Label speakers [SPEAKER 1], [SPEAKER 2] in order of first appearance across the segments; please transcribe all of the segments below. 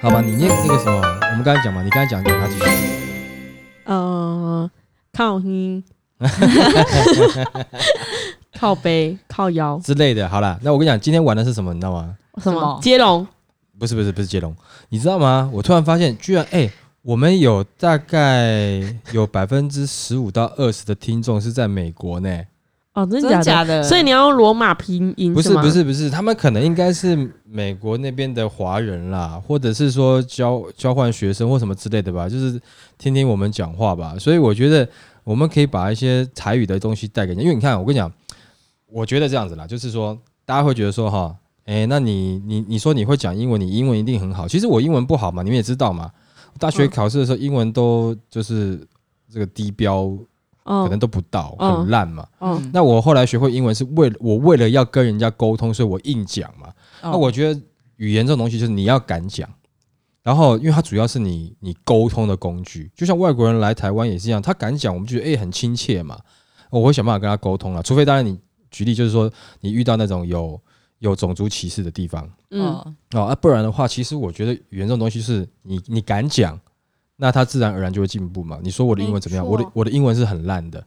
[SPEAKER 1] 好吧，你念那个什么，我们刚才讲嘛，你刚才讲讲他几句，
[SPEAKER 2] 呃，靠 音，靠背，靠腰，
[SPEAKER 1] 之类的。好啦，那我跟你讲，今天玩的是什么，你知道吗？
[SPEAKER 2] 什
[SPEAKER 3] 什
[SPEAKER 2] 么
[SPEAKER 3] 么
[SPEAKER 2] 接龙？
[SPEAKER 1] 不是不是不是接龙，你知道吗？我突然发现，居然哎、我们有大概有百分之十五到二十的听众是在美国呢。
[SPEAKER 2] 哦，真
[SPEAKER 3] 真
[SPEAKER 2] 的
[SPEAKER 3] 的
[SPEAKER 2] 假
[SPEAKER 3] 假的？
[SPEAKER 2] 所以你要用罗马拼音
[SPEAKER 1] 不是
[SPEAKER 2] 吗
[SPEAKER 1] 不，是不是，他们可能应该是美国那边的华人啦，或者是说交交换学生或什么之类的吧，就是听听我们讲话吧。所以我觉得我们可以把一些台语的东西带给人，因为你看，我跟你讲，我觉得这样子啦，就是说大家会觉得说哈，诶，那你你你说你会讲英文，你英文一定很好。其实我英文不好嘛，你们也知道嘛，大学
[SPEAKER 2] 嗯
[SPEAKER 1] 考试的时候英文都就是这个低标，可能
[SPEAKER 2] 嗯
[SPEAKER 1] 都不到，
[SPEAKER 2] 嗯
[SPEAKER 1] 很烂嘛。
[SPEAKER 2] 嗯，
[SPEAKER 1] 那我后来学会英文是为了我为了要跟人家沟通，所以我硬讲嘛。
[SPEAKER 3] 哦
[SPEAKER 1] 那我觉得语言这种东西就是你要敢讲，然后因为它主要是你你沟通的工具，就像外国人来台湾也是一样，他敢讲，我们就觉得哎、很亲切嘛，我会想办法跟他沟通了。啊除非当然你举例就是说你遇到那种有有种族歧视的地方
[SPEAKER 2] 嗯，
[SPEAKER 3] 嗯
[SPEAKER 1] 哦、啊，不然的话，其实我觉得语言这种东西是你你敢讲，那它自然而然就会进步嘛。你说我的英文怎么样？
[SPEAKER 2] 没
[SPEAKER 1] 我
[SPEAKER 2] 错
[SPEAKER 1] 的我的英文是很烂的，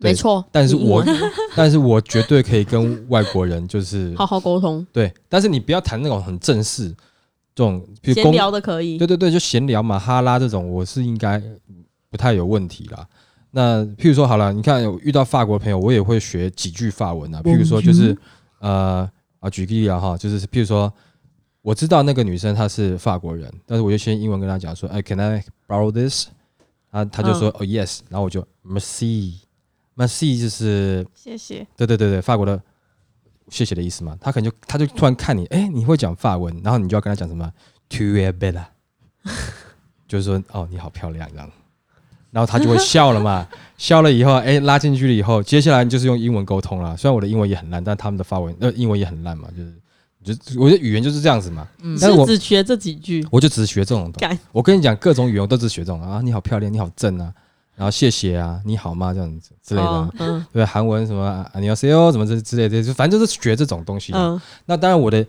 [SPEAKER 1] 对
[SPEAKER 3] 没错，
[SPEAKER 1] 但是
[SPEAKER 3] 你英
[SPEAKER 1] 我
[SPEAKER 2] 啊
[SPEAKER 3] 文
[SPEAKER 1] 但是我绝对可以跟外国人就是
[SPEAKER 2] 好好沟通，
[SPEAKER 1] 对，但是你不要谈那种很正式这种，比如
[SPEAKER 2] 闲
[SPEAKER 1] 公
[SPEAKER 2] 聊的可以
[SPEAKER 1] 对。对对，就闲聊嘛哈拉这种，我是应该不太有问题啦。那譬如说好了，你看有遇到法国朋友，我也会学几句法文
[SPEAKER 2] 嗯
[SPEAKER 1] 啊，譬如说就是呃啊，举个例啊哈，就是譬如说。我知道那个女生她是法国人，但是我就先英文跟她讲说，哎、c a n I borrow this？她她就说，
[SPEAKER 2] 嗯
[SPEAKER 1] 哦、oh,，yes，然后我就 merci，merci 就是
[SPEAKER 3] 谢谢。
[SPEAKER 1] 对对对对，法国的谢谢的意思嘛，他可能就他就突然看你，哎、你会讲法文，然后你就要跟他讲什么 “tu es bella”，就是说哦，你好漂亮这样，然后他就会笑了 嘛，笑了以后，哎、拉近距离以后，接下来就是用英文沟通啦。虽然我的英文也很烂，但他们的法文呃英文也很烂嘛，就是就我觉得语言就是这样子嘛，
[SPEAKER 3] 嗯
[SPEAKER 1] 但是我
[SPEAKER 2] 是只学这几句，
[SPEAKER 1] 我就只学这种东
[SPEAKER 2] 干
[SPEAKER 1] 西。我跟你讲，各种语言我都只学这种啊，你好漂亮，你好正啊，然后谢谢啊，你好吗这样子之类的啊。
[SPEAKER 2] 哦嗯
[SPEAKER 1] 对韩文什么啊你要 say 哦什么这之类的，就反正就是学这种东西。
[SPEAKER 2] 嗯，
[SPEAKER 1] 那当然我的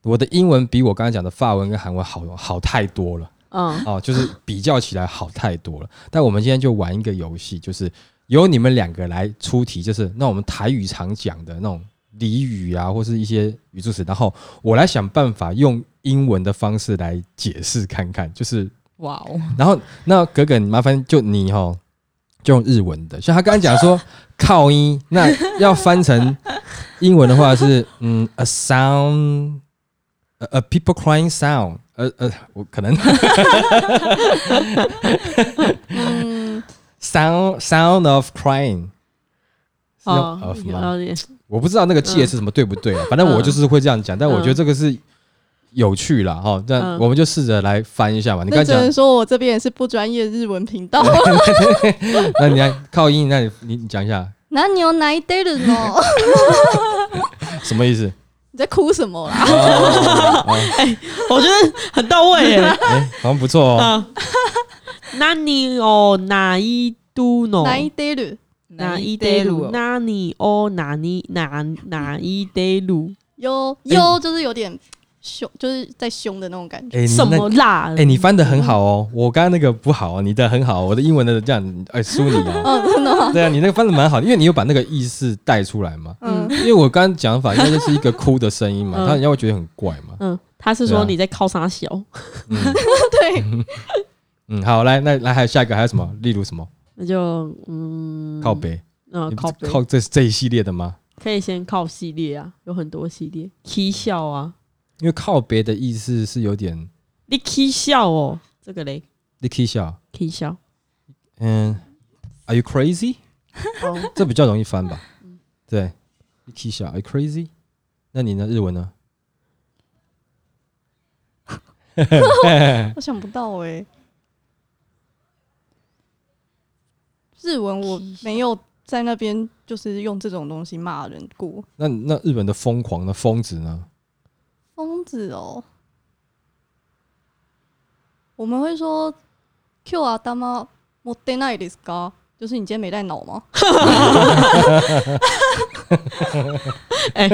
[SPEAKER 1] 我的英文比我刚才讲的法文跟韩文好好太多了
[SPEAKER 2] 嗯，
[SPEAKER 1] 哦，就是比较起来好太多了。但我们今天就玩一个游戏，就是由你们两个来出题，就是那我们台语常讲的那种俚语啊，或是一些语助词，然后我来想办法用英文的方式来解释看看，就是
[SPEAKER 3] 哇哦，
[SPEAKER 1] 然后那格格，麻烦就你哦，就用日文的。像他刚才讲说靠音，那要翻成英文的话是嗯，a sound。呃 people crying sound，呃呃，我可 能
[SPEAKER 3] 嗯，
[SPEAKER 1] sound sound of crying，是用
[SPEAKER 2] 哦
[SPEAKER 1] of，吗？
[SPEAKER 2] 有嗯点
[SPEAKER 1] 我不知道那个介是什么对不对啊，反正我就是会这样讲，但我觉得这个是有趣啦。哈。那
[SPEAKER 2] 嗯
[SPEAKER 1] 我们就试着来翻一下嘛。你刚才
[SPEAKER 3] 那只
[SPEAKER 1] 讲
[SPEAKER 3] 能，说我这边也是不专业日文频道。
[SPEAKER 1] 那你来靠音，那你你你讲一下
[SPEAKER 3] 那你有哪一堆人 哦？
[SPEAKER 1] 什么意 思？
[SPEAKER 3] 你在哭什么啦？
[SPEAKER 1] 哦哦
[SPEAKER 2] 我觉得很到位耶。
[SPEAKER 1] 哎，好像不错 哦。
[SPEAKER 2] 啊， 那你有哪一度
[SPEAKER 1] 哦
[SPEAKER 2] 呢？
[SPEAKER 3] 哪一堆人？
[SPEAKER 2] 哪一堆路？那你哦，哪里哪哪一堆路？
[SPEAKER 4] 哟哟，就是有点凶，就是在凶的那种感觉。
[SPEAKER 1] 哎、你
[SPEAKER 2] 嗯什
[SPEAKER 1] 那
[SPEAKER 2] 么啦？
[SPEAKER 1] 哎、你翻的很好哦，我刚刚那个不好哦，你的很好哦，我的英文的这样，哎、输你 哦。
[SPEAKER 4] 哦，真的吗？
[SPEAKER 1] 对啊，你那个翻的蛮好的，因为你有把那个意思带出来嘛。
[SPEAKER 2] 嗯
[SPEAKER 4] 嗯，
[SPEAKER 1] 因为我刚刚讲法应该就是一个哭的声音嘛，
[SPEAKER 2] 嗯
[SPEAKER 1] 他人家会觉得很怪嘛。
[SPEAKER 2] 嗯，他是
[SPEAKER 1] 对
[SPEAKER 2] 说
[SPEAKER 1] 啊
[SPEAKER 2] 你在靠啥小？
[SPEAKER 1] 嗯
[SPEAKER 4] 对，
[SPEAKER 1] 嗯，好，来，那来还有下一个还有什么？例如什么
[SPEAKER 2] 那就嗯，
[SPEAKER 1] 靠北，
[SPEAKER 2] 嗯，
[SPEAKER 1] 你不
[SPEAKER 2] 靠
[SPEAKER 1] 是
[SPEAKER 2] 北
[SPEAKER 1] 靠这这一系列的吗？
[SPEAKER 2] 可以先靠系列啊，有很多系列，K 笑啊，
[SPEAKER 1] 因为靠北的意思是有点
[SPEAKER 2] 你 K 笑哦，这个嘞
[SPEAKER 1] l i k y 笑，
[SPEAKER 2] ，K 笑，
[SPEAKER 1] 嗯，Are you crazy？
[SPEAKER 2] 哦，
[SPEAKER 1] 这比较容易翻吧？对 l i k y 笑，Are you crazy？那你呢？日文呢？
[SPEAKER 4] 我想不到哎、 日文我没有在那边就是用这种东西骂人过。
[SPEAKER 1] 那那日本的疯狂呢？疯子呢？。
[SPEAKER 4] 疯子哦，我们会说 “Q 啊大妈持ってないですか？”就是你今天没带脑吗？
[SPEAKER 2] 哎，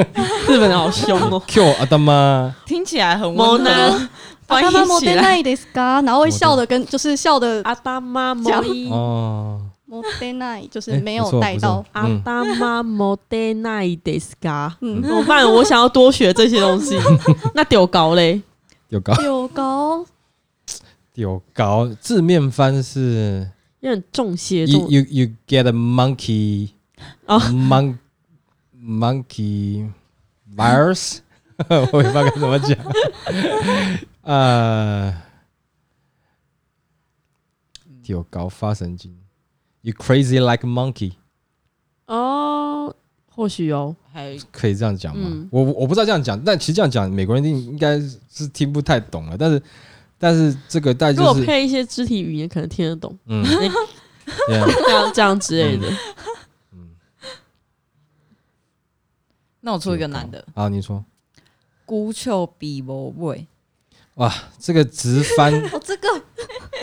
[SPEAKER 2] 日本人好凶哦
[SPEAKER 1] Q 阿大妈，
[SPEAKER 5] 听起来很
[SPEAKER 2] 摩
[SPEAKER 5] 温
[SPEAKER 2] 纳
[SPEAKER 5] 暖。翻
[SPEAKER 3] 他妈
[SPEAKER 5] 译
[SPEAKER 3] 莫
[SPEAKER 5] 起
[SPEAKER 3] 得
[SPEAKER 5] 来，啊
[SPEAKER 3] 奈ですか？然后会笑的跟就是笑的
[SPEAKER 2] 阿达玛莫
[SPEAKER 3] 讲
[SPEAKER 2] 伊，
[SPEAKER 1] 哦，
[SPEAKER 3] 莫得奈，就
[SPEAKER 1] 哎
[SPEAKER 3] 是没有
[SPEAKER 1] 不错
[SPEAKER 3] 带
[SPEAKER 1] 不错
[SPEAKER 3] 到。
[SPEAKER 2] 阿
[SPEAKER 1] 嗯
[SPEAKER 2] 达玛莫得奈ですか？
[SPEAKER 3] 嗯
[SPEAKER 2] 怎么办？我想要多学这些东 西。那丢高嘞？
[SPEAKER 1] 有高
[SPEAKER 3] 有高
[SPEAKER 1] 有高，字面翻是
[SPEAKER 2] 有点中邪中
[SPEAKER 1] you you you get a monkey
[SPEAKER 2] 哦
[SPEAKER 3] Oh.
[SPEAKER 1] mon monkey virus，我也 不知道该怎么讲， 呃，有高发神经，you crazy like a monkey，
[SPEAKER 2] 哦，或许哦。
[SPEAKER 5] 还
[SPEAKER 1] 可以这样讲吗？
[SPEAKER 2] 嗯
[SPEAKER 1] 我我不知道这样讲，但其实这样讲美国人应应该是听不太懂了，但是但是这个大概
[SPEAKER 2] 如果
[SPEAKER 1] 就是
[SPEAKER 2] 配一些肢体语言，可能听得懂，
[SPEAKER 1] 嗯
[SPEAKER 2] 哎
[SPEAKER 1] yeah，
[SPEAKER 2] 这样这样之类
[SPEAKER 1] 嗯
[SPEAKER 2] 的。
[SPEAKER 5] 那我出一个男的，
[SPEAKER 1] 好，你说
[SPEAKER 5] 孤丘比伯贝，
[SPEAKER 1] 这个直翻，
[SPEAKER 3] 哦，这个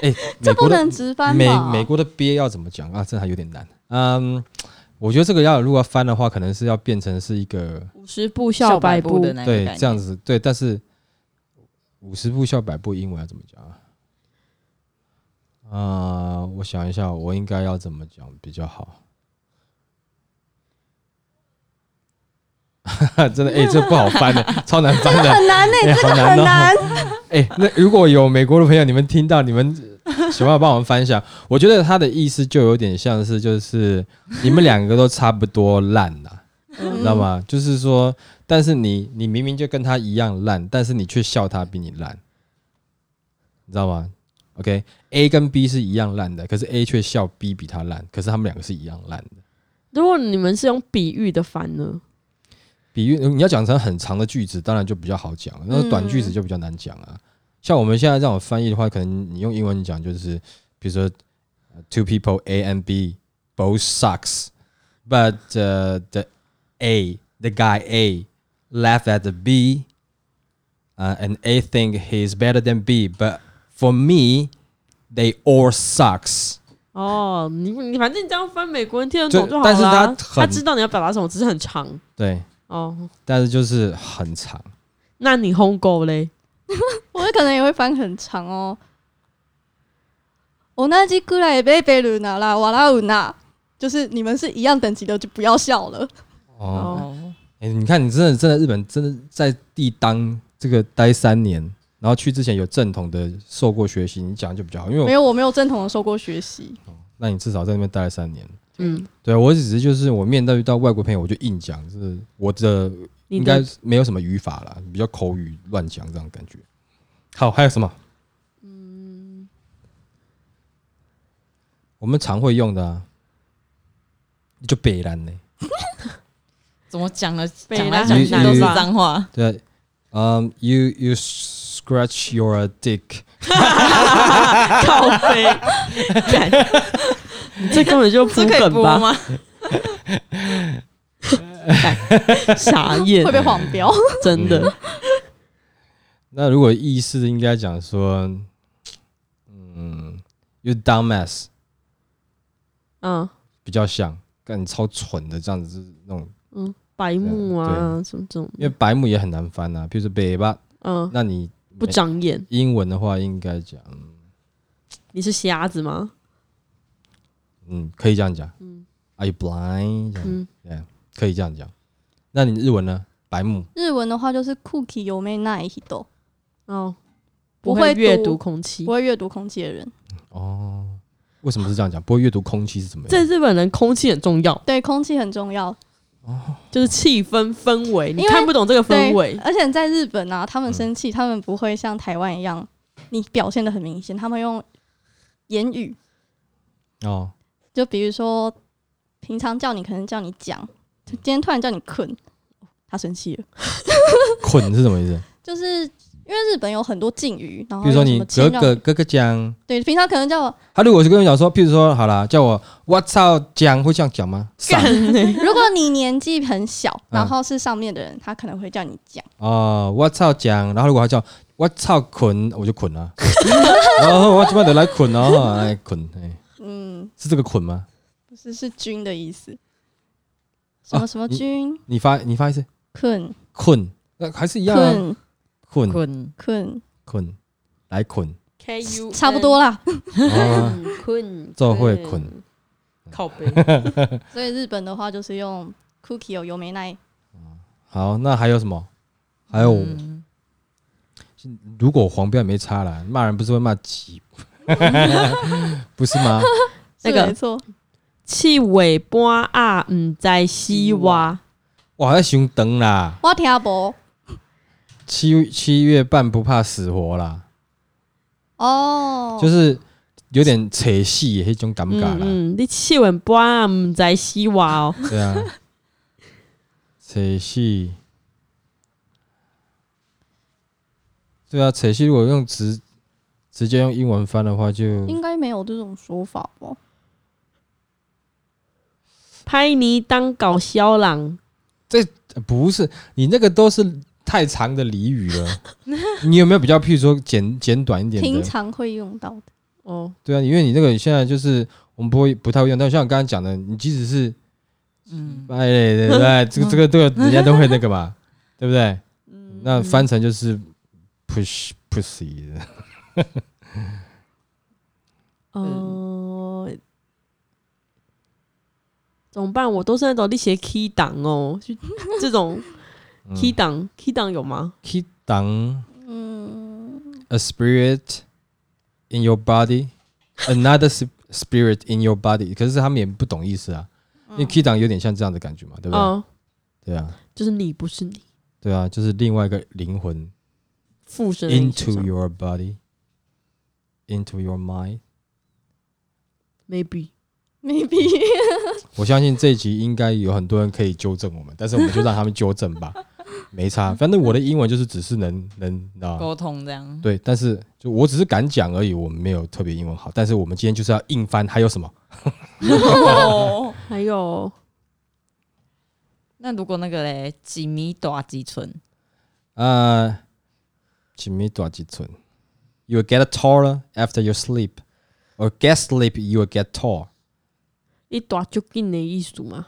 [SPEAKER 1] 哎、美
[SPEAKER 3] 这
[SPEAKER 1] 国
[SPEAKER 3] 不
[SPEAKER 1] 的
[SPEAKER 3] 能直翻
[SPEAKER 1] 美
[SPEAKER 3] 吧？
[SPEAKER 1] 美国的鳖要怎么讲啊？这还有点难。嗯，我觉得这个要如果要翻的话，可能是要变成是一个
[SPEAKER 2] 五十步笑百步
[SPEAKER 5] 步的，那个
[SPEAKER 1] 对
[SPEAKER 5] 概念
[SPEAKER 1] 这样子对，但是五十步笑百步英文要怎么讲啊？啊、我想一下，我应该要怎么讲比较好？ 真的，哎、这不好翻的，超难翻的，
[SPEAKER 3] 很难呢，
[SPEAKER 1] 哎
[SPEAKER 3] 这个
[SPEAKER 1] 好难
[SPEAKER 3] 很
[SPEAKER 1] 哦
[SPEAKER 3] 难。
[SPEAKER 1] 哎、那如果有美国的朋友，你们听到，你们呃喜欢帮我们翻一下。我觉得他的意思就有点像是，就是你们两个都差不多烂啦、
[SPEAKER 3] 嗯
[SPEAKER 1] 你知道吗？就是说，但是你你明明就跟他一样烂，但是你却笑他比你烂，你知道吗？OK，A 跟 B 是一样烂的，可是 A 却笑 B 比他烂，可是他们两个是一样烂的。
[SPEAKER 2] 如果你们是用比喻的翻呢？
[SPEAKER 1] 比喻你要讲成很长的句子，当然就比较好讲，那短句子就比较难讲啊。像我们现在这种翻译的话，可能你用英文讲就是，比如说呃，two people A and B both sucks，but、uh, the A the guy A laughed at the B，uh, and A think he's better than B，but for me they all sucks。
[SPEAKER 2] 哦，你你反正你这样翻，美国人听得懂
[SPEAKER 1] 对
[SPEAKER 2] 就好
[SPEAKER 1] 但是
[SPEAKER 2] 啦
[SPEAKER 1] 他很
[SPEAKER 2] 知道你要表达什么，只是很长
[SPEAKER 1] 对，
[SPEAKER 2] 哦。
[SPEAKER 1] 但是就是很长。
[SPEAKER 2] 那你轰狗嘞？
[SPEAKER 4] 我可能也会翻很长哦。
[SPEAKER 3] 同じくらいベベルナ啦瓦拉ウナ，
[SPEAKER 4] 就是你们是一样等级的，就不要笑了。
[SPEAKER 1] 哦
[SPEAKER 5] 哦，
[SPEAKER 1] 哎、你看，你真的真的日本真的在地当这个待三年，然后去之前有正统的受过学习，你讲得就比较好，因为
[SPEAKER 4] 没
[SPEAKER 1] 我
[SPEAKER 4] 有，我没有正统的受过学习。
[SPEAKER 1] 那你至少在那边待了三年。
[SPEAKER 2] 嗯，
[SPEAKER 1] 对啊我只是就是我面对到外国朋友，我就硬讲，就是我的
[SPEAKER 2] 你
[SPEAKER 1] 应该
[SPEAKER 2] 的
[SPEAKER 1] 没有什么语法啦，比较口语乱讲这样感觉。好，还有什么？嗯，我们常会用的、啊，就北兰呢、
[SPEAKER 5] 怎么讲呢？
[SPEAKER 2] 北
[SPEAKER 5] 讲来
[SPEAKER 2] 兰
[SPEAKER 5] 讲去
[SPEAKER 1] 很
[SPEAKER 5] 都是
[SPEAKER 1] 难吧
[SPEAKER 5] 脏话。
[SPEAKER 1] 对，啊嗯、y o u you scratch your dick。
[SPEAKER 2] 靠 背，干你这根本就铺
[SPEAKER 5] 这可以
[SPEAKER 2] 梗
[SPEAKER 5] 播
[SPEAKER 2] 吧？
[SPEAKER 5] 吗？
[SPEAKER 2] 傻眼
[SPEAKER 4] 会，被黄
[SPEAKER 5] 哎
[SPEAKER 4] 标。
[SPEAKER 2] 真的。
[SPEAKER 1] 那如果意思应该讲说，嗯，you dumbass
[SPEAKER 2] 嗯，
[SPEAKER 1] 比较像，干你超蠢的这样子，就是那种，
[SPEAKER 2] 白目啊，什么这种，
[SPEAKER 1] 因为白目也很难翻啊。比如说北巴，
[SPEAKER 3] 哦
[SPEAKER 2] 嗯，
[SPEAKER 1] 那你
[SPEAKER 2] 不长眼。
[SPEAKER 1] 英文的话应该讲，
[SPEAKER 2] 你是瞎子吗？
[SPEAKER 1] 嗯，可以这样讲，
[SPEAKER 2] 嗯
[SPEAKER 1] a r e you blind？这样
[SPEAKER 2] 嗯，
[SPEAKER 1] 可以这样讲。那你日文呢？白目
[SPEAKER 3] 日文的话就是 cookie 有没奈一斗，
[SPEAKER 2] 哦，不
[SPEAKER 3] 不
[SPEAKER 2] 会
[SPEAKER 3] 会
[SPEAKER 2] 阅
[SPEAKER 3] 读
[SPEAKER 2] 读空气
[SPEAKER 3] 不。会阅读空气的人，
[SPEAKER 1] 哦，为什么是这样讲？不会阅读空气是怎么
[SPEAKER 2] 在
[SPEAKER 1] 样？
[SPEAKER 2] 日本人，空气很重要，
[SPEAKER 3] 对，空气很重要。
[SPEAKER 2] 就是气氛氛围，你
[SPEAKER 3] 因为
[SPEAKER 2] 看不懂这个氛
[SPEAKER 3] 对
[SPEAKER 2] 围，，
[SPEAKER 3] 而且在日本啊，他们生气，他们不会像台湾一样，你表现的很明显，他们用言语，
[SPEAKER 1] 哦，
[SPEAKER 3] 就比如说平常叫你可能叫你讲，就今天突然叫你困，他生气了，
[SPEAKER 1] 困是什么意思？
[SPEAKER 3] 就是因为日本有很多敬语，然后
[SPEAKER 1] 比如说
[SPEAKER 3] 哦有什
[SPEAKER 1] 你
[SPEAKER 3] 么
[SPEAKER 1] 哥
[SPEAKER 3] 谦让
[SPEAKER 1] 哥哥哥讲。
[SPEAKER 3] 对，平常可能 叫我，
[SPEAKER 1] 他如果是跟我讲说，譬如说，好啦，叫我我操讲，会这样讲 吗？傻
[SPEAKER 3] 如果你年纪很小，
[SPEAKER 1] 嗯
[SPEAKER 3] 然后是上面的人，他可能会叫你讲。
[SPEAKER 1] 哦，我操讲，然后如果他叫我操捆，我就捆了、 然后我这边得来捆哦，来捆，哎，
[SPEAKER 3] 嗯，
[SPEAKER 1] 是这个捆吗？
[SPEAKER 3] 不是是君的意思，什么什么君
[SPEAKER 1] 啊你发你发一次
[SPEAKER 3] 困
[SPEAKER 1] 困，那还是一样啊，困
[SPEAKER 3] 困
[SPEAKER 5] 困
[SPEAKER 3] 困，
[SPEAKER 1] 困，来困，
[SPEAKER 6] K U
[SPEAKER 3] 差不多啦。
[SPEAKER 1] 啊
[SPEAKER 6] 困，
[SPEAKER 1] 这会困
[SPEAKER 6] 靠背。
[SPEAKER 3] 所以日本的话就是用 cookie 有油梅奶，
[SPEAKER 1] 好，那还有什么？还有，
[SPEAKER 5] 嗯
[SPEAKER 1] 如果黄标也没差啦，骂人不是会骂几， 不是吗？
[SPEAKER 2] 那
[SPEAKER 3] 是
[SPEAKER 2] 个
[SPEAKER 3] 没错，
[SPEAKER 2] 气尾般啊，唔知西哇，
[SPEAKER 1] 哇，那熊等啦，
[SPEAKER 3] 我听不
[SPEAKER 1] 七七月半不怕死活啦，
[SPEAKER 3] 哦，
[SPEAKER 1] 就是有点扯戏那种感觉啦，
[SPEAKER 2] 嗯嗯，你气尾般啊，唔知西哇哦，
[SPEAKER 1] 对啊，扯戏，对啊，扯戏如果用直直接用英文翻的话就，
[SPEAKER 3] 应该没有这种说法吧？
[SPEAKER 2] 拍你当搞笑郎，
[SPEAKER 1] 呃不是你那个都是太长的俚语了， 你有没有比较譬如说简简短一点
[SPEAKER 3] 平
[SPEAKER 1] 的？
[SPEAKER 3] 常会用到的，
[SPEAKER 2] 哦，
[SPEAKER 1] 对啊，因为你那个现在就是我们不会不太会用，但像我刚刚讲的，你即使是
[SPEAKER 5] 嗯，
[SPEAKER 1] 哎对对对，这个这个这个人家都会那个嘛，对不对？
[SPEAKER 3] 嗯
[SPEAKER 1] 那翻成就是 push pussy 的
[SPEAKER 2] 哦、怎么办？我都是那种你写 key 档哦，就这种
[SPEAKER 1] 嗯
[SPEAKER 2] key 档、key 档有吗？
[SPEAKER 1] key down
[SPEAKER 3] 嗯，
[SPEAKER 1] a spirit in your body another sp- spirit in your body，可是他们也不懂意思啊，因为 key down 有点像这样的感觉嘛，对不对？
[SPEAKER 2] 哦、
[SPEAKER 1] 对啊，
[SPEAKER 2] 就是你不是你
[SPEAKER 1] 对啊，就是另外一个灵魂
[SPEAKER 2] 附身在你身
[SPEAKER 1] into
[SPEAKER 2] 上
[SPEAKER 1] your body。Into your mind，
[SPEAKER 2] maybe
[SPEAKER 3] 没必 要。
[SPEAKER 1] 我相信这一集应该有很多人可以纠正我们，但是我们就让他们纠正吧，没差。反正我的英文就是只是能能啊，
[SPEAKER 5] 沟通这 样。
[SPEAKER 1] 对，但是就我只是敢讲而已，我们没有特别英文好。但是我们今天就是要硬翻，还有什么？
[SPEAKER 5] 哦
[SPEAKER 2] 还有
[SPEAKER 5] 那如果那个嘞，几米大几寸？
[SPEAKER 1] 呃，请你多几寸。You will get taller after your sleep, or get sleep, you will get tall。
[SPEAKER 2] 一短就进的艺术吗？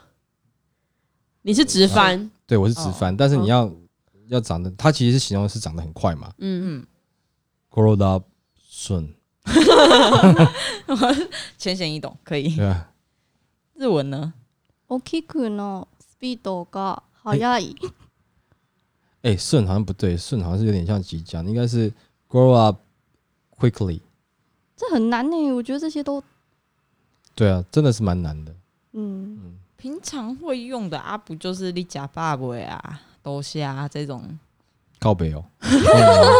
[SPEAKER 2] 你是直翻，
[SPEAKER 1] 对我是直翻，但是你要、要长得，它其实是形容是长得很快嘛。
[SPEAKER 2] 嗯，
[SPEAKER 5] 嗯，
[SPEAKER 1] Grow up soon，
[SPEAKER 5] 浅显易懂，可以。
[SPEAKER 1] 对啊，
[SPEAKER 5] 日文呢？
[SPEAKER 3] 大きくのスピードが速い。
[SPEAKER 1] 哎、顺好像不对，顺好像是有点像即将，应该是 grow up quickly。
[SPEAKER 3] 这很难呢、我觉得这些都，
[SPEAKER 1] 对啊，真的是蛮难的。
[SPEAKER 3] 嗯，
[SPEAKER 5] 平常会用的啊，不就是你假爸爸啊、豆虾这种？
[SPEAKER 1] 靠北哦，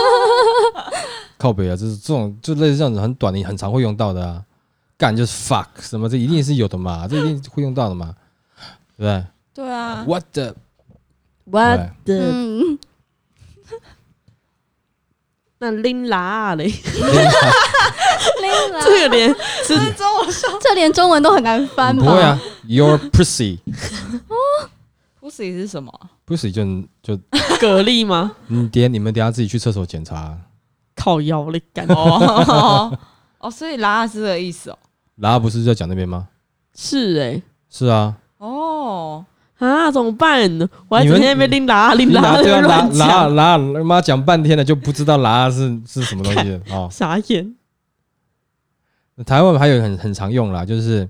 [SPEAKER 1] 靠北啊，就是这种就类似这样子很短的，你很常会用到的啊。干就是 fuck 什么，这一定是有的嘛，这一定会用到的嘛，对不对
[SPEAKER 5] 对啊，
[SPEAKER 1] ？What the？
[SPEAKER 2] 我的
[SPEAKER 3] 嗯，
[SPEAKER 2] 那拎拉嘞，
[SPEAKER 3] 这
[SPEAKER 2] 这个连是
[SPEAKER 3] 这连中文都很难翻 吧？
[SPEAKER 1] 不会啊，Your pussy
[SPEAKER 5] 不是是什么？
[SPEAKER 1] pussy 就就
[SPEAKER 2] 蛤蜊吗？
[SPEAKER 1] 你等你们等下自己去厕所检查，
[SPEAKER 2] 靠腰嘞，感 觉
[SPEAKER 5] 哦哦，所以拉拉斯的意思哦。
[SPEAKER 1] 然后不是在讲那边吗？
[SPEAKER 2] 是哎、
[SPEAKER 1] 是啊，
[SPEAKER 5] 哦，
[SPEAKER 2] 啊，怎么办？我还
[SPEAKER 1] 你们
[SPEAKER 2] 整天在那边拎拉拎拉，
[SPEAKER 1] 对啊，拿
[SPEAKER 2] 乱
[SPEAKER 1] 拿
[SPEAKER 2] 讲，
[SPEAKER 1] 拿，妈讲半天了就不知道拿是是什么东西了哦。
[SPEAKER 2] 傻眼。
[SPEAKER 1] 台湾还有很很常用啦，就是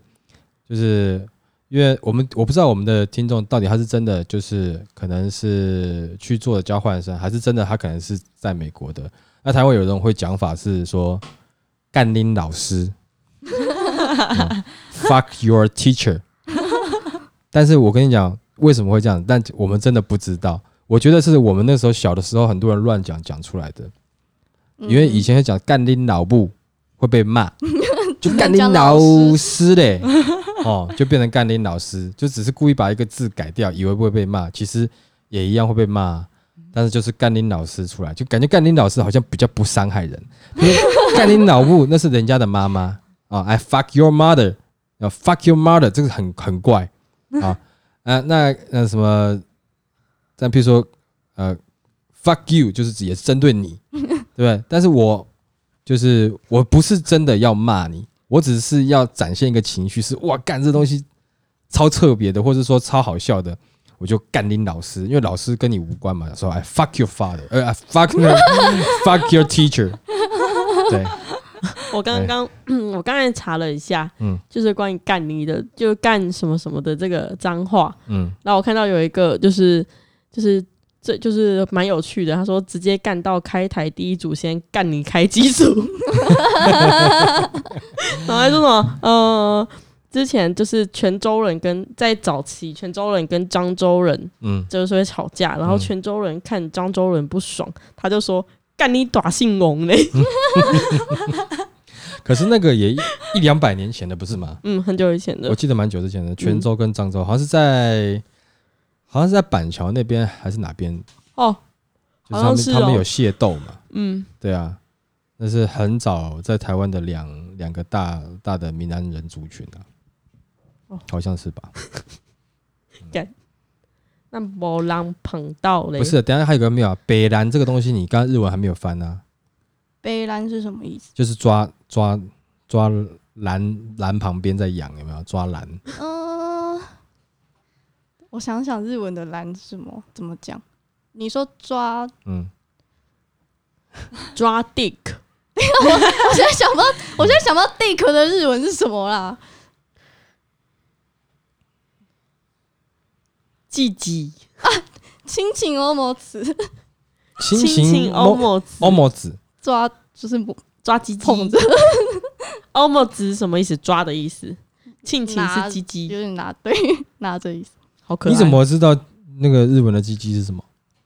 [SPEAKER 1] 就是因为我们我不知道我们的听众到底他是真的就是可能是去做的交换生，还是真的他可能是在美国的。那台湾有人会讲法是说干拎老师、嗯 fuck your teacher，但是我跟你讲为什么会这样，但我们真的不知道。我觉得是我们那时候小的时候很多人乱讲讲出来的，因为以前会讲干拎老部会被骂，就干拎老师嘞， 哦，就变成干拎老师，就只是故意把一个字改掉，以为不会被骂，其实也一样会被骂，但是就是干拎老师出来，就感觉干拎老师好像比较不伤害人， 因为干拎老部那是人家的妈妈啊，I fuck your mother，啊 fuck your mother，这个很很怪啊，啊那那什么，但譬如说呃 fuck you 就是指也是针对你，对不对？但是我就是我不是真的要骂你，我只是要展现一个情绪是，哇干这东西超特别的，或是说超好笑的，我就干拎老师，因为老师跟你无关嘛，说哎 fuck your father，呃哎 fuck your- fuck your teacher，对，
[SPEAKER 2] 我刚刚、嗯 我刚才查了一下，
[SPEAKER 1] 嗯
[SPEAKER 2] 就是关于干你的，就干什么什么的这个脏话。
[SPEAKER 1] 嗯，
[SPEAKER 2] 然后我看到有一个就是就是这就是蛮有趣的，他说直接干到开台第一组先干你开机组， 然后还说什么呃。之前就是泉州人跟在早期泉州人跟漳州人
[SPEAKER 1] 嗯，
[SPEAKER 2] 就是会吵架，然后
[SPEAKER 1] 嗯
[SPEAKER 2] 泉州人看漳州人不爽，他就说干你短姓龙嘞，
[SPEAKER 1] 可是那个也一一两百年前的不是吗？
[SPEAKER 2] 嗯，很久以前的
[SPEAKER 1] 我，记得蛮久之前的，泉
[SPEAKER 2] 嗯
[SPEAKER 1] 州跟漳州，好像是在，好像是在板桥那边还是哪边？
[SPEAKER 2] 哦，
[SPEAKER 1] 就
[SPEAKER 2] 好像
[SPEAKER 1] 是
[SPEAKER 2] 是
[SPEAKER 1] 他们、他们
[SPEAKER 2] 哦
[SPEAKER 1] 有械斗嘛？
[SPEAKER 2] 嗯，
[SPEAKER 1] 对啊，那是很早在台湾的两两个大大的闽南人族群啊，
[SPEAKER 2] 哦
[SPEAKER 1] 好像是吧？
[SPEAKER 2] 那没人碰到嘞，
[SPEAKER 1] 不是，等一下还有个没有啊？北兰这个东西，你刚刚日文还没有翻啊，
[SPEAKER 3] 背篮是什么意思？
[SPEAKER 1] 就是抓抓抓篮篮旁边在养有没有？抓篮
[SPEAKER 3] 嗯、
[SPEAKER 4] 我想想日文的蓝是什么？怎么讲？
[SPEAKER 3] 你说抓，
[SPEAKER 1] 嗯，
[SPEAKER 2] 抓 dick，
[SPEAKER 3] 我现在想不到，我现在想不到 dick 的日文是什么啦。
[SPEAKER 2] 自己
[SPEAKER 3] 亲情欧摩词
[SPEAKER 1] 亲
[SPEAKER 2] 亲欧
[SPEAKER 1] 欧
[SPEAKER 2] 莫
[SPEAKER 1] 欧摩子，
[SPEAKER 3] 抓就是母
[SPEAKER 2] 抓鸡鸡，
[SPEAKER 3] 捧着，
[SPEAKER 2] 欧莫子什么意思？抓的意思，亲亲
[SPEAKER 3] 拿
[SPEAKER 2] 是鸡
[SPEAKER 3] 就
[SPEAKER 2] 鸡，
[SPEAKER 3] 是拿对 拿着意思。
[SPEAKER 2] 好可爱。
[SPEAKER 1] 你怎？么知道那个日文的鸡鸡是什么？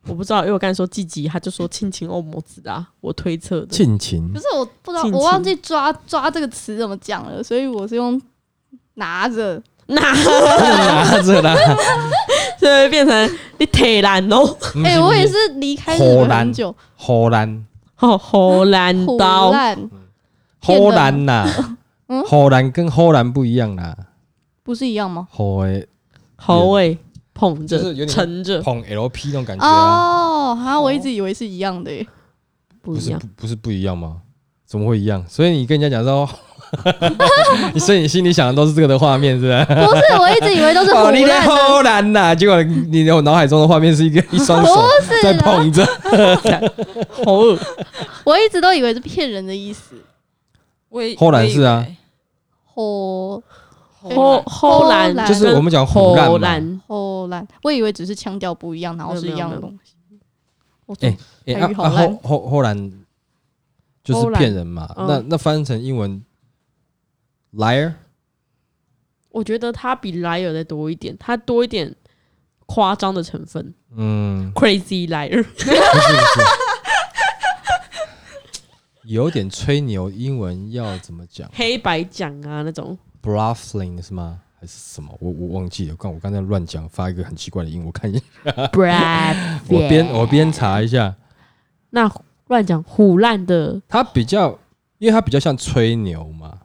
[SPEAKER 2] 我不知道，因为我刚才说鸡鸡，他就说亲亲欧莫子啊，我推测的。
[SPEAKER 1] 亲嗯情
[SPEAKER 3] 可是我不知道，
[SPEAKER 2] 近亲
[SPEAKER 3] 我忘记抓抓这个词怎么讲了，所以我是用拿着。
[SPEAKER 2] 那
[SPEAKER 1] 拿着啦，
[SPEAKER 2] 这会变成你腿烂哦，
[SPEAKER 3] 哎、我也是离开日
[SPEAKER 1] 荷
[SPEAKER 3] 本
[SPEAKER 1] 兰
[SPEAKER 3] 很久，
[SPEAKER 1] 荷兰
[SPEAKER 2] 好荷兰
[SPEAKER 3] 荷
[SPEAKER 2] 刀，
[SPEAKER 3] 兰
[SPEAKER 1] 荷兰 呐，
[SPEAKER 3] 嗯
[SPEAKER 1] 荷兰跟荷兰不一样啦，
[SPEAKER 3] 不是一样吗？
[SPEAKER 1] 荷诶
[SPEAKER 2] 好诶，捧
[SPEAKER 1] 就是有
[SPEAKER 2] 着
[SPEAKER 1] 点
[SPEAKER 2] 撑着，
[SPEAKER 1] 碰 LP 那种感觉啊，
[SPEAKER 3] 哦，啊，我一直以为是一样的耶。
[SPEAKER 2] 不
[SPEAKER 1] 不
[SPEAKER 2] 一
[SPEAKER 1] 是
[SPEAKER 2] 样。
[SPEAKER 1] 不不是不一样吗？怎么会一样？所以你跟人家讲说， 你所以你心里想的都是这个的画面，是 吧？
[SPEAKER 3] 不是，我一直以为 都是
[SPEAKER 1] 哦，
[SPEAKER 3] 腐
[SPEAKER 1] 你在
[SPEAKER 3] 烂的，
[SPEAKER 1] 荷兰呐，结果你的脑海中的画面是一个一双手
[SPEAKER 3] 不是
[SPEAKER 1] 在
[SPEAKER 3] 啦，
[SPEAKER 1] 碰着，
[SPEAKER 2] 好恶，
[SPEAKER 3] 我一直都以为是骗人的意思。
[SPEAKER 5] 我也
[SPEAKER 1] 后来是啊，
[SPEAKER 3] 荷
[SPEAKER 2] 荷荷兰
[SPEAKER 3] 荷兰
[SPEAKER 1] 就是我们讲
[SPEAKER 2] 荷
[SPEAKER 1] 荷兰嘛。
[SPEAKER 2] 兰，
[SPEAKER 3] 荷兰，我以为只是腔调不一样，然后是一样的东西。我说
[SPEAKER 1] 哎哎啊
[SPEAKER 3] 台语
[SPEAKER 1] 啊
[SPEAKER 3] 好烂
[SPEAKER 1] 后后后来就是骗人嘛，
[SPEAKER 2] 嗯
[SPEAKER 1] 那那翻成英文 liar
[SPEAKER 2] 我觉得它比 liar 再多一点，它多一点夸张的成分
[SPEAKER 1] 嗯，
[SPEAKER 2] ，crazy liar。
[SPEAKER 1] 不是不 是，有点吹牛，英文要怎么讲
[SPEAKER 2] 黑白讲啊那种，
[SPEAKER 1] ？bluffing 是吗？还是什么？我我忘记了，刚我刚才乱讲，发一个很奇怪的音，我看 一下， 我边我边查一下，
[SPEAKER 2] 那乱讲虎烂的，
[SPEAKER 1] 它比较，因为它比较像吹牛嘛，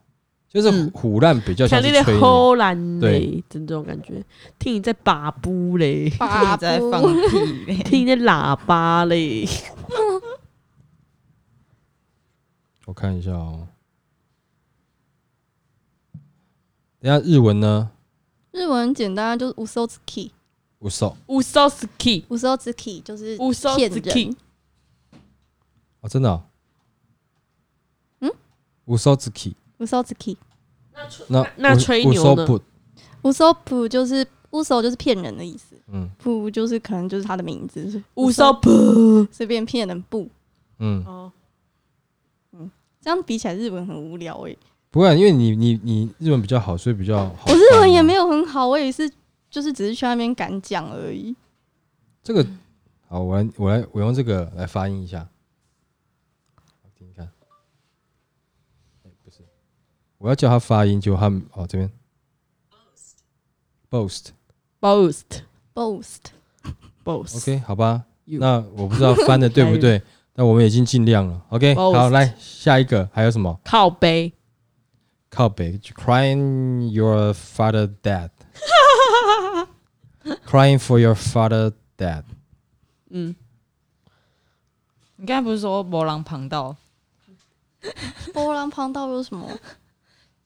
[SPEAKER 1] 就是
[SPEAKER 2] 嗯
[SPEAKER 1] 虎烂比较像
[SPEAKER 2] 像
[SPEAKER 1] 是
[SPEAKER 2] 你的
[SPEAKER 1] 吹牛，
[SPEAKER 2] 荷兰嘞
[SPEAKER 1] 对，
[SPEAKER 2] 真这种感觉，听你在把 布嘞，
[SPEAKER 5] 爸在 放屁 嘞，
[SPEAKER 2] 听你在喇叭嘞，
[SPEAKER 1] 我看一下哦。等一下日文呢？
[SPEAKER 3] 日文很简单，就是 usozuki
[SPEAKER 1] 我手
[SPEAKER 2] 乌索斯基，
[SPEAKER 3] usozuki 就是
[SPEAKER 2] 乌索
[SPEAKER 3] 骗
[SPEAKER 2] 斯
[SPEAKER 3] 人
[SPEAKER 2] 基，，
[SPEAKER 1] 哦，真的、哦，
[SPEAKER 3] 嗯，
[SPEAKER 1] 我手自己，
[SPEAKER 3] usozuki
[SPEAKER 1] 那
[SPEAKER 2] 那
[SPEAKER 1] 我
[SPEAKER 2] 吹
[SPEAKER 1] 我
[SPEAKER 2] 牛
[SPEAKER 1] 手
[SPEAKER 2] 呢
[SPEAKER 1] 不，
[SPEAKER 3] usopu 就是 uso 就是骗人的意思，
[SPEAKER 1] 嗯
[SPEAKER 3] 不就是可能就是他的名字，
[SPEAKER 2] 乌索普，
[SPEAKER 3] 随便骗人不。
[SPEAKER 1] 嗯，
[SPEAKER 2] 哦，
[SPEAKER 3] 这样比起来，日文很无聊欸诶、
[SPEAKER 1] 不会啊，因为你你你日文比较好，所以比较好。啊
[SPEAKER 3] 我日文也没
[SPEAKER 1] 有
[SPEAKER 3] 有很好，我也是就是只是去那边敢讲而已。
[SPEAKER 1] 这个。好，我来我来我用这个来发音一下，我听听看。哎不是，我要叫他发音，就他哦这边，boast。
[SPEAKER 2] boast
[SPEAKER 3] boast
[SPEAKER 2] boast，
[SPEAKER 1] OK，好吧，
[SPEAKER 2] You
[SPEAKER 1] 那我不知道翻的对不对，但我们已经尽量了。OK，
[SPEAKER 2] Boast
[SPEAKER 1] 好，来下一个还有什么？
[SPEAKER 2] 靠背，
[SPEAKER 1] 靠北，crying your father dead。Crying for your father dead，
[SPEAKER 2] 嗯，
[SPEAKER 5] 你刚才不是说波浪旁 道，
[SPEAKER 3] 波浪胖到有什么？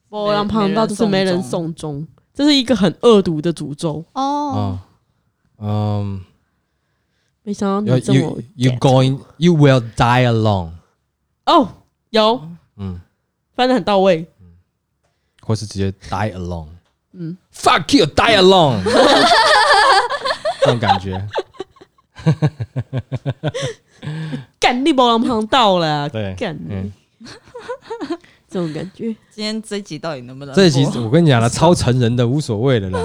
[SPEAKER 2] 波浪旁到就是没人送终，这是一个很恶毒的诅咒。
[SPEAKER 3] 哦，
[SPEAKER 1] 哦，嗯
[SPEAKER 2] 没想到
[SPEAKER 1] 要
[SPEAKER 2] 你这么
[SPEAKER 1] you you
[SPEAKER 2] get
[SPEAKER 1] going you will die alone，
[SPEAKER 2] 哦，有
[SPEAKER 1] 嗯，
[SPEAKER 2] 翻的很到位，
[SPEAKER 1] 或是直接 die alone，
[SPEAKER 2] 嗯，
[SPEAKER 1] fuck you die alone，这种感觉，
[SPEAKER 2] 干力波浪胖到了，
[SPEAKER 1] 对，
[SPEAKER 2] 干
[SPEAKER 1] 嗯，
[SPEAKER 2] 这种感觉。
[SPEAKER 5] 今天这一集到底能不能播？
[SPEAKER 1] 这一集我跟你讲了，超成人的无所谓的啦，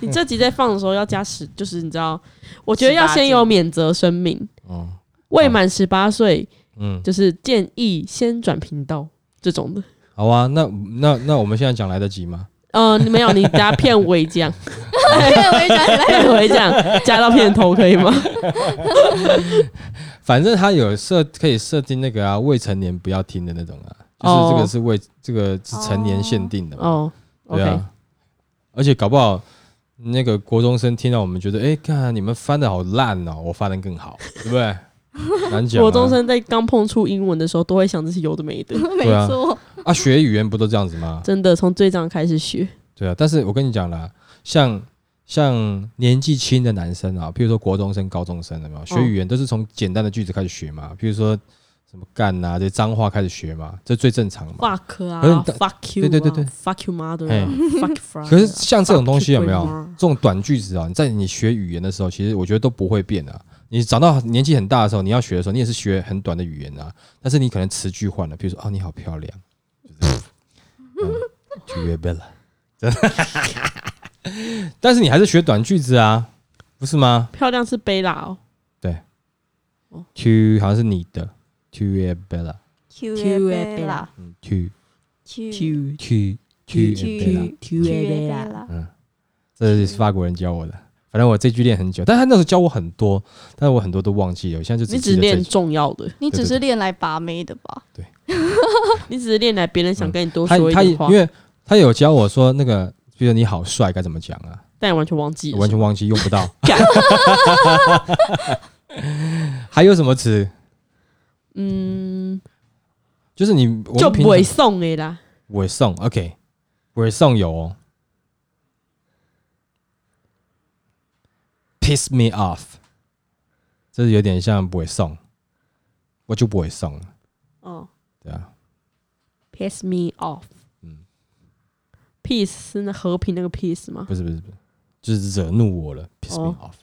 [SPEAKER 2] 你这集在放的时候要加十，就是你知道，我觉得要先有免责声明，
[SPEAKER 1] 嗯
[SPEAKER 2] 未满十八岁
[SPEAKER 1] 嗯，
[SPEAKER 2] 就是建议先转频道这种的。
[SPEAKER 1] 好啊，那那那我们现在讲来得及吗？
[SPEAKER 2] 呃，没有，你加片尾 讲，
[SPEAKER 3] 我也想起来
[SPEAKER 2] 片尾讲加到片头可以吗？
[SPEAKER 1] 反正他有设可以设定那个啊，未成年不要听的那种啊，就是这
[SPEAKER 2] 哦
[SPEAKER 1] 个是未这个是成年限定的嘛，
[SPEAKER 2] 哦
[SPEAKER 1] 对
[SPEAKER 2] ，OK，
[SPEAKER 1] 啊，而且搞不好那个国中生听到我们觉得，哎，看你们翻的好烂哦，我翻的更好，对不对？难讲啊。
[SPEAKER 2] 国中生在刚碰触英文的时候，都会想这是有的没的，
[SPEAKER 3] 没
[SPEAKER 1] 对啊
[SPEAKER 3] 错，
[SPEAKER 1] 啊，学语言不都这样子吗？
[SPEAKER 2] 真的从最早开始学。
[SPEAKER 1] 对啊，但是我跟你讲啦，像像年纪轻的男生啊，譬如说国中生、高中生，有没有学语言都是从简单的句子开始学嘛？譬如说什么干啊，这些脏话开始学嘛，这最正常嘛。
[SPEAKER 2] fuck 啊
[SPEAKER 1] 可是你当
[SPEAKER 2] ，fuck
[SPEAKER 1] 对
[SPEAKER 2] you，
[SPEAKER 1] 对对对
[SPEAKER 2] 啊，fuck you mother，
[SPEAKER 1] 嘿
[SPEAKER 2] 啊 fuck father 啊。
[SPEAKER 1] 可是像这种东西有没有
[SPEAKER 2] fuck you, grandma
[SPEAKER 1] 这种短句子啊，你在你学语言的时候，其实我觉得都不会变啊。你长到年纪很大的时候，你要学的时候，你也是学很短的语言啊，但是你可能词句换了，比如说哦，你好漂亮，就这样，嗯，就越变了，真的。 但是你还是学短句子啊，不是吗
[SPEAKER 2] 漂亮是贝拉哦
[SPEAKER 1] ？to 好像是你的 to 越变了，
[SPEAKER 3] Q
[SPEAKER 2] Q A
[SPEAKER 3] 贝拉
[SPEAKER 1] 嗯，to
[SPEAKER 3] ，Q
[SPEAKER 2] ，Q
[SPEAKER 1] to to 越变了。
[SPEAKER 2] Q
[SPEAKER 3] A 贝拉，
[SPEAKER 1] 嗯，这是法国人教我的。反正我这句练很久，但他那时候教我很多，但是我很多都忘记了。我现在就
[SPEAKER 2] 你
[SPEAKER 1] 只
[SPEAKER 2] 只
[SPEAKER 1] 记得这
[SPEAKER 2] 练
[SPEAKER 1] 句
[SPEAKER 2] 重要的，
[SPEAKER 3] 你
[SPEAKER 1] 对对
[SPEAKER 3] 只是练来把妹的吧？
[SPEAKER 2] 你只是练来别人想跟你多
[SPEAKER 1] 他
[SPEAKER 2] 说一
[SPEAKER 1] 嗯他
[SPEAKER 2] 点话
[SPEAKER 1] 因，为他有教我说那个，比如你好帅该怎么讲啊，
[SPEAKER 2] 但你完全忘记
[SPEAKER 1] 我
[SPEAKER 2] 了，
[SPEAKER 1] 完全忘记用不到。
[SPEAKER 2] 干
[SPEAKER 1] 还有什么词？
[SPEAKER 2] 嗯，
[SPEAKER 1] 就是你我
[SPEAKER 2] 就
[SPEAKER 1] 们平
[SPEAKER 2] 不会
[SPEAKER 1] 常
[SPEAKER 2] 送的啦，
[SPEAKER 1] 尾送，OK，尾送有哦。Piss me off，这是有点像不会送，我就不会送了，
[SPEAKER 2] 哦
[SPEAKER 1] 对啊。
[SPEAKER 2] ，piss me off，
[SPEAKER 1] 嗯
[SPEAKER 2] peace 是那和平那个 peace 吗？
[SPEAKER 1] 不是不是不是，就是惹怒我了，piss me
[SPEAKER 2] 哦
[SPEAKER 1] off。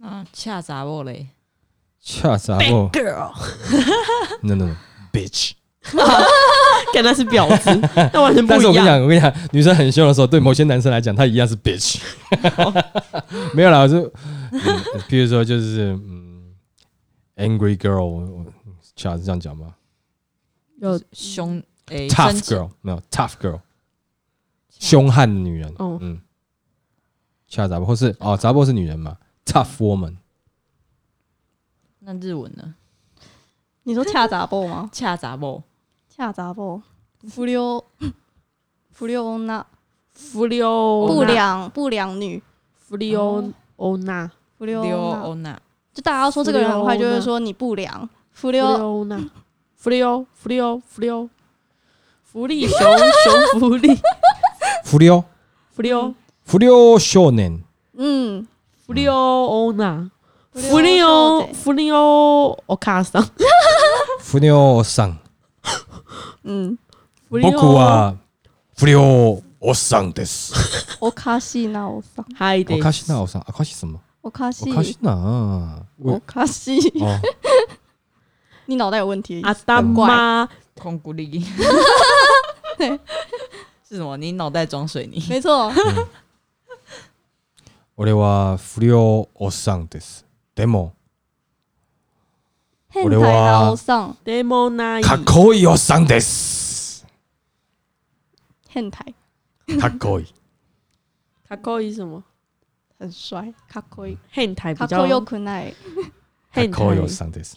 [SPEAKER 5] 嗯，恰杂我嘞，
[SPEAKER 1] 恰啥哦
[SPEAKER 2] girl，
[SPEAKER 1] ？No No No，bitch。
[SPEAKER 2] 跟他是婊子， 那完全不
[SPEAKER 1] 但是我
[SPEAKER 2] 一
[SPEAKER 1] 跟你
[SPEAKER 2] 样。
[SPEAKER 1] 讲，我跟你讲，女生很凶的时候，对某些男生来讲，她一样是 bitch。没
[SPEAKER 2] 哦
[SPEAKER 1] 有啦，我是，嗯比如说就是嗯，angry girl，我我恰是这样讲吗
[SPEAKER 2] 有
[SPEAKER 5] 凶诶
[SPEAKER 1] 嗯？tough
[SPEAKER 5] 生气
[SPEAKER 1] girl 没有 tough girl，凶悍的女人。
[SPEAKER 2] 哦
[SPEAKER 1] 嗯，恰杂波或是哦，杂波是女人嘛？tough woman，
[SPEAKER 5] 那日文呢？
[SPEAKER 3] 你说恰杂布吗？
[SPEAKER 5] 恰杂我，
[SPEAKER 3] 恰杂布，不溜，不溜欧娜，
[SPEAKER 2] 弗里欧
[SPEAKER 3] 不良不良女，
[SPEAKER 2] 弗里欧欧娜
[SPEAKER 3] 不溜
[SPEAKER 5] 刘
[SPEAKER 3] 欧娜
[SPEAKER 5] 欧娜，
[SPEAKER 3] 就大家说这个人很坏，就会说你不良，不
[SPEAKER 2] 弗里
[SPEAKER 3] 溜
[SPEAKER 2] 欧娜弗里欧弗里欧弗里欧福利熊熊福利嗯
[SPEAKER 1] 浮溜
[SPEAKER 2] 弗里欧
[SPEAKER 1] 浮溜少年，
[SPEAKER 3] 嗯，
[SPEAKER 2] 弗里欧欧娜弗里
[SPEAKER 3] 欧
[SPEAKER 2] 欧弗里欧欧卡桑
[SPEAKER 1] 浮溜上。
[SPEAKER 3] 嗯，
[SPEAKER 2] 弗里
[SPEAKER 1] 僕
[SPEAKER 2] 欧
[SPEAKER 1] は不良おっさんです。
[SPEAKER 3] 我卡西那我桑，
[SPEAKER 2] 嗨的
[SPEAKER 1] おかしなおっさん。おかし什么？
[SPEAKER 3] 我卡
[SPEAKER 1] お
[SPEAKER 3] 西，
[SPEAKER 1] かしな。
[SPEAKER 3] 我
[SPEAKER 1] 我
[SPEAKER 3] 卡西，
[SPEAKER 1] 哦，
[SPEAKER 3] 你脑袋有问题
[SPEAKER 2] 阿？达妈
[SPEAKER 5] 空古 力，是什么？你脑袋装水泥？
[SPEAKER 3] 没错，
[SPEAKER 1] 俺は不良おっさんです。でも
[SPEAKER 3] 変
[SPEAKER 1] 我的
[SPEAKER 3] 态
[SPEAKER 1] 哇
[SPEAKER 3] 那我桑，
[SPEAKER 2] d e m o n a
[SPEAKER 1] かっこいいおっさんです。
[SPEAKER 3] 変态
[SPEAKER 1] かっ こいい。
[SPEAKER 2] 卡扣伊什么？
[SPEAKER 3] 很帅，卡可以，
[SPEAKER 2] 汉台比
[SPEAKER 3] 卡可
[SPEAKER 2] 较
[SPEAKER 3] 又可爱，
[SPEAKER 1] かっ
[SPEAKER 2] 汉
[SPEAKER 1] こいいおっ
[SPEAKER 2] 台
[SPEAKER 1] さんです。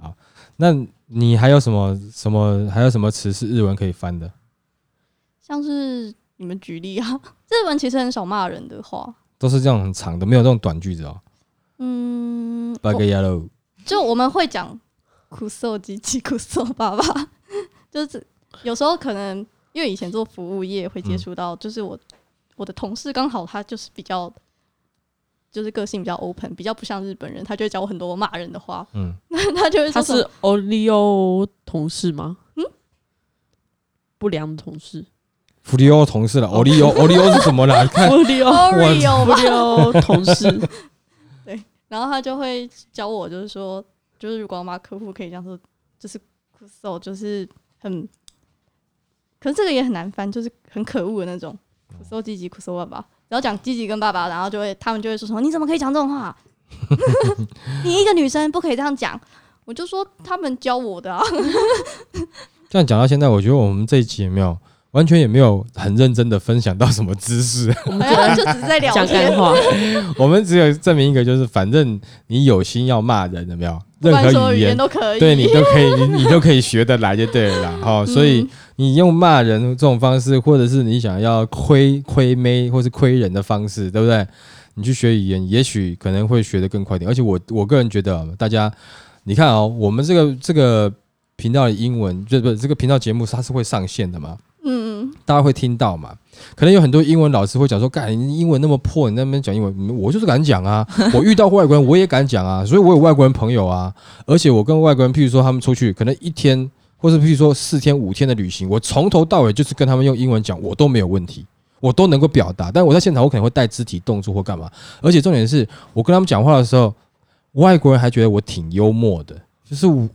[SPEAKER 1] 好，那你还有什么什么还有什么词是日文可以翻的？
[SPEAKER 3] 像是你们举例 啊，日文其实很少骂人的话，
[SPEAKER 1] 都是这种很长的，没有这种短句子哦。
[SPEAKER 3] 嗯，
[SPEAKER 1] バ
[SPEAKER 3] 我
[SPEAKER 1] カ野郎。
[SPEAKER 3] 就我们会讲苦涩鸡鸡苦涩爸爸，就是有时候可能因为以前做服务业会接触到，就是我我的同事刚好他就是比较，就是个性比较 open，比较不像日本人，他就会教我很多骂人的话，
[SPEAKER 1] 嗯，
[SPEAKER 3] 他就会
[SPEAKER 2] 他
[SPEAKER 3] 说什
[SPEAKER 2] 是
[SPEAKER 3] 么
[SPEAKER 2] Olio 同事吗？嗯，不良的同事
[SPEAKER 1] 弗里欧同事了，欧利欧，欧利欧是什么啦？ 看，
[SPEAKER 2] ，Olio
[SPEAKER 1] 我
[SPEAKER 3] Oreo 吧，
[SPEAKER 2] Olio 同事，
[SPEAKER 3] 然后他就会教我，就是说，就是如果要骂客户可以这样说，就是 so 就是很，可是这个也很难翻，就是很可恶的那种，苦搜积极，苦搜爸爸。然后讲积极跟爸爸，然后就会他们就会说什么？你怎么可以讲这种话？ 你一个女生不可以这样讲。我就说他们教我的啊，
[SPEAKER 1] 这样讲到现在，我觉得我们这一集有没有完全也没有很认真的分享到什么知识，
[SPEAKER 2] 我们
[SPEAKER 3] 然后就只是在聊
[SPEAKER 2] 讲
[SPEAKER 3] 天
[SPEAKER 2] 干，话，
[SPEAKER 1] 我们只有证明一个，就是反正你有心要骂人，有没有？
[SPEAKER 3] 不
[SPEAKER 1] 任
[SPEAKER 3] 管什么
[SPEAKER 1] 何语
[SPEAKER 3] 语
[SPEAKER 1] 言
[SPEAKER 3] 言都可以。嗯
[SPEAKER 1] 对你都可以，你你 都可以学得来就对了啦。好、所以你用骂人这种方式，或者是你想要亏亏妹或是亏人的方式，对不对？你去学语言，也许可能会学得更快一点。而且我我个人觉得啊，大家你看哦，我们这个这个频道的英文，这不这个频道节目它是会上线的嘛？
[SPEAKER 3] 嗯，
[SPEAKER 1] 大家会听到嘛。可能有很多英文老师会讲说：“干，你英文那么破，你那边讲英文，嗯我就是敢讲啊！我遇到外国人，我也敢讲啊！所以我有外国人朋友啊，而且我跟外国人，譬如说他们出去，可能一天，或是譬如说四天、五天的旅行，我从头到尾就是跟他们用英文讲，我都没有问题，我都能够表达。但我在现场，我可能会带肢体动作或干嘛。而且重点是我跟他们讲话的时候，外国人还觉得我挺幽默的，就是我，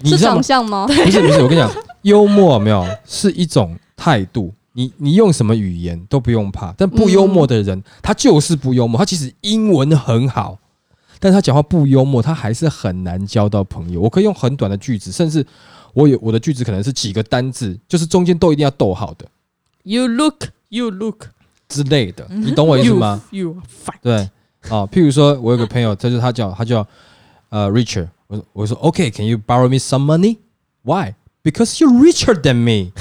[SPEAKER 1] 你
[SPEAKER 3] 是
[SPEAKER 1] 知道吗
[SPEAKER 3] 长？相吗？
[SPEAKER 1] 不是不是，我跟你讲，幽默有没有是一种态度。你你用什么语言都不用怕，但不幽默的人，他就是不幽默。他其实英文很好，但是他讲话不幽默，他还是很难交到朋友。我可以用很短的句子，甚至我有我的句子可能是几个单字，就是中间都一定要逗号的
[SPEAKER 2] You look, you look,
[SPEAKER 1] 之类的，你懂我意思
[SPEAKER 2] you
[SPEAKER 1] 吗？
[SPEAKER 2] you fight。
[SPEAKER 1] 对，啊、譬如说我有个朋友，他就他叫他叫呃 Richard，我说我说 OK，Can、you borrow me some money？Why？Because you're richer than me 。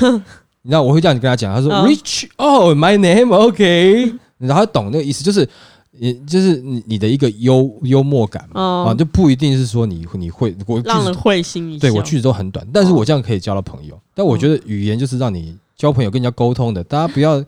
[SPEAKER 1] 你知道我会这样子跟他讲，他说、
[SPEAKER 2] 嗯
[SPEAKER 1] Rich oh my name OK，然 后他懂那个意思，就是你就是你你的一个幽幽默感嘛、
[SPEAKER 2] 哦
[SPEAKER 1] 啊，就不一定是说你你会我句
[SPEAKER 2] 让人
[SPEAKER 1] 子
[SPEAKER 2] 会心一笑。嗯
[SPEAKER 1] 对我句子都很短，但是我这样可以交到朋友。但我觉得语言就是让你交朋友跟人家沟通的，大家不要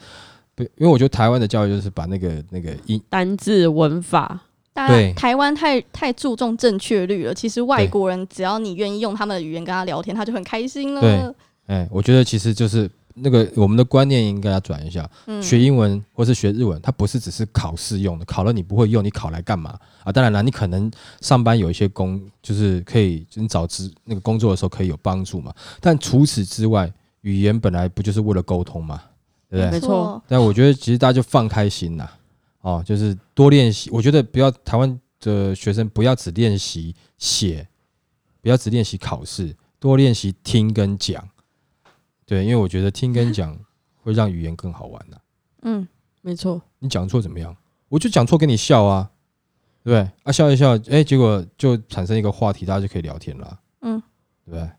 [SPEAKER 1] 不，因为我觉得台湾的教育就是把那个那个英
[SPEAKER 2] 单字文法，
[SPEAKER 3] 大
[SPEAKER 1] 对
[SPEAKER 3] 家台湾太太注重正确率了，其实外
[SPEAKER 1] 对
[SPEAKER 3] 国人只要你愿意用他们的语言跟他聊天，他就很开心
[SPEAKER 1] 对
[SPEAKER 3] 了。
[SPEAKER 1] 哎，我觉得其实就是那个我们的观念应该要转一下，
[SPEAKER 3] 嗯，
[SPEAKER 1] 学英文或是学日文，它不是只是考试用的，考了你不会用，你考来干嘛啊？当然了，你可能上班有一些工，就是可以就你找职那个工作的时候可以有帮助嘛。但除此之外，语言本来不就是为了沟通嘛，对不对？
[SPEAKER 2] 没
[SPEAKER 3] 哦
[SPEAKER 2] 错，
[SPEAKER 1] 但我觉得其实大家就放开心呐、哦，就是多练习。我觉得不要台湾的学生不要只练习写，不要只练习考试，多练习听跟讲。对，因为我觉得听跟讲会让语言更好玩呐、啊
[SPEAKER 3] 嗯，
[SPEAKER 2] 没错，
[SPEAKER 1] 你讲错怎么样？我就讲错给你笑啊，对不对？啊，笑一笑，哎、结果就产生一个话题，大家就可以聊天啦。
[SPEAKER 3] 嗯，
[SPEAKER 1] 对不对？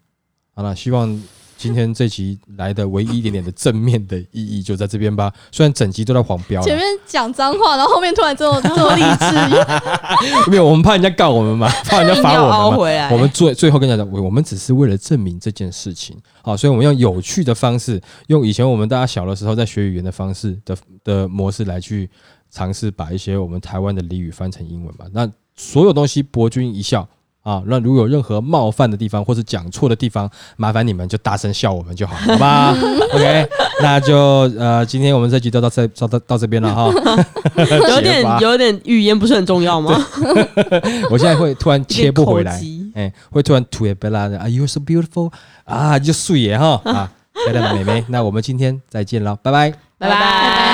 [SPEAKER 1] 好了，希望今天这集来的唯一一点点的正面的意义就在这边吧。虽然整集都在黄标啦，
[SPEAKER 3] 前面讲脏话，然后后面突然这么这么励 志，
[SPEAKER 1] 没有，我们怕人家告我们嘛，怕人家罚我们
[SPEAKER 5] 凹
[SPEAKER 1] 嘛。
[SPEAKER 5] 回来，
[SPEAKER 1] 我们最最后跟大家讲，我我们只是为了证明这件事情，好，所以我们用有趣的方式，用以前我们大家小的时候在学语言的方式的的模式来去尝试把一些我们台湾的俚语翻成英文嘛。那所有东西博君一笑啊，那如果有任何冒犯的地方或是讲错的地方，麻烦你们就大声笑我们就好，好吧？OK，那就呃，今天我们这集就到这到到到这边了哈。
[SPEAKER 2] 有
[SPEAKER 1] 结巴
[SPEAKER 2] 点有点语言不是很重要吗？
[SPEAKER 1] 我现在会突然切不回来
[SPEAKER 2] 有点口急，
[SPEAKER 1] 哎、会突然吐也贝拉的啊，You're so beautiful 啊，就素颜哈啊，漂亮的妹妹，那我们今天再见了，拜拜。
[SPEAKER 2] 拜拜。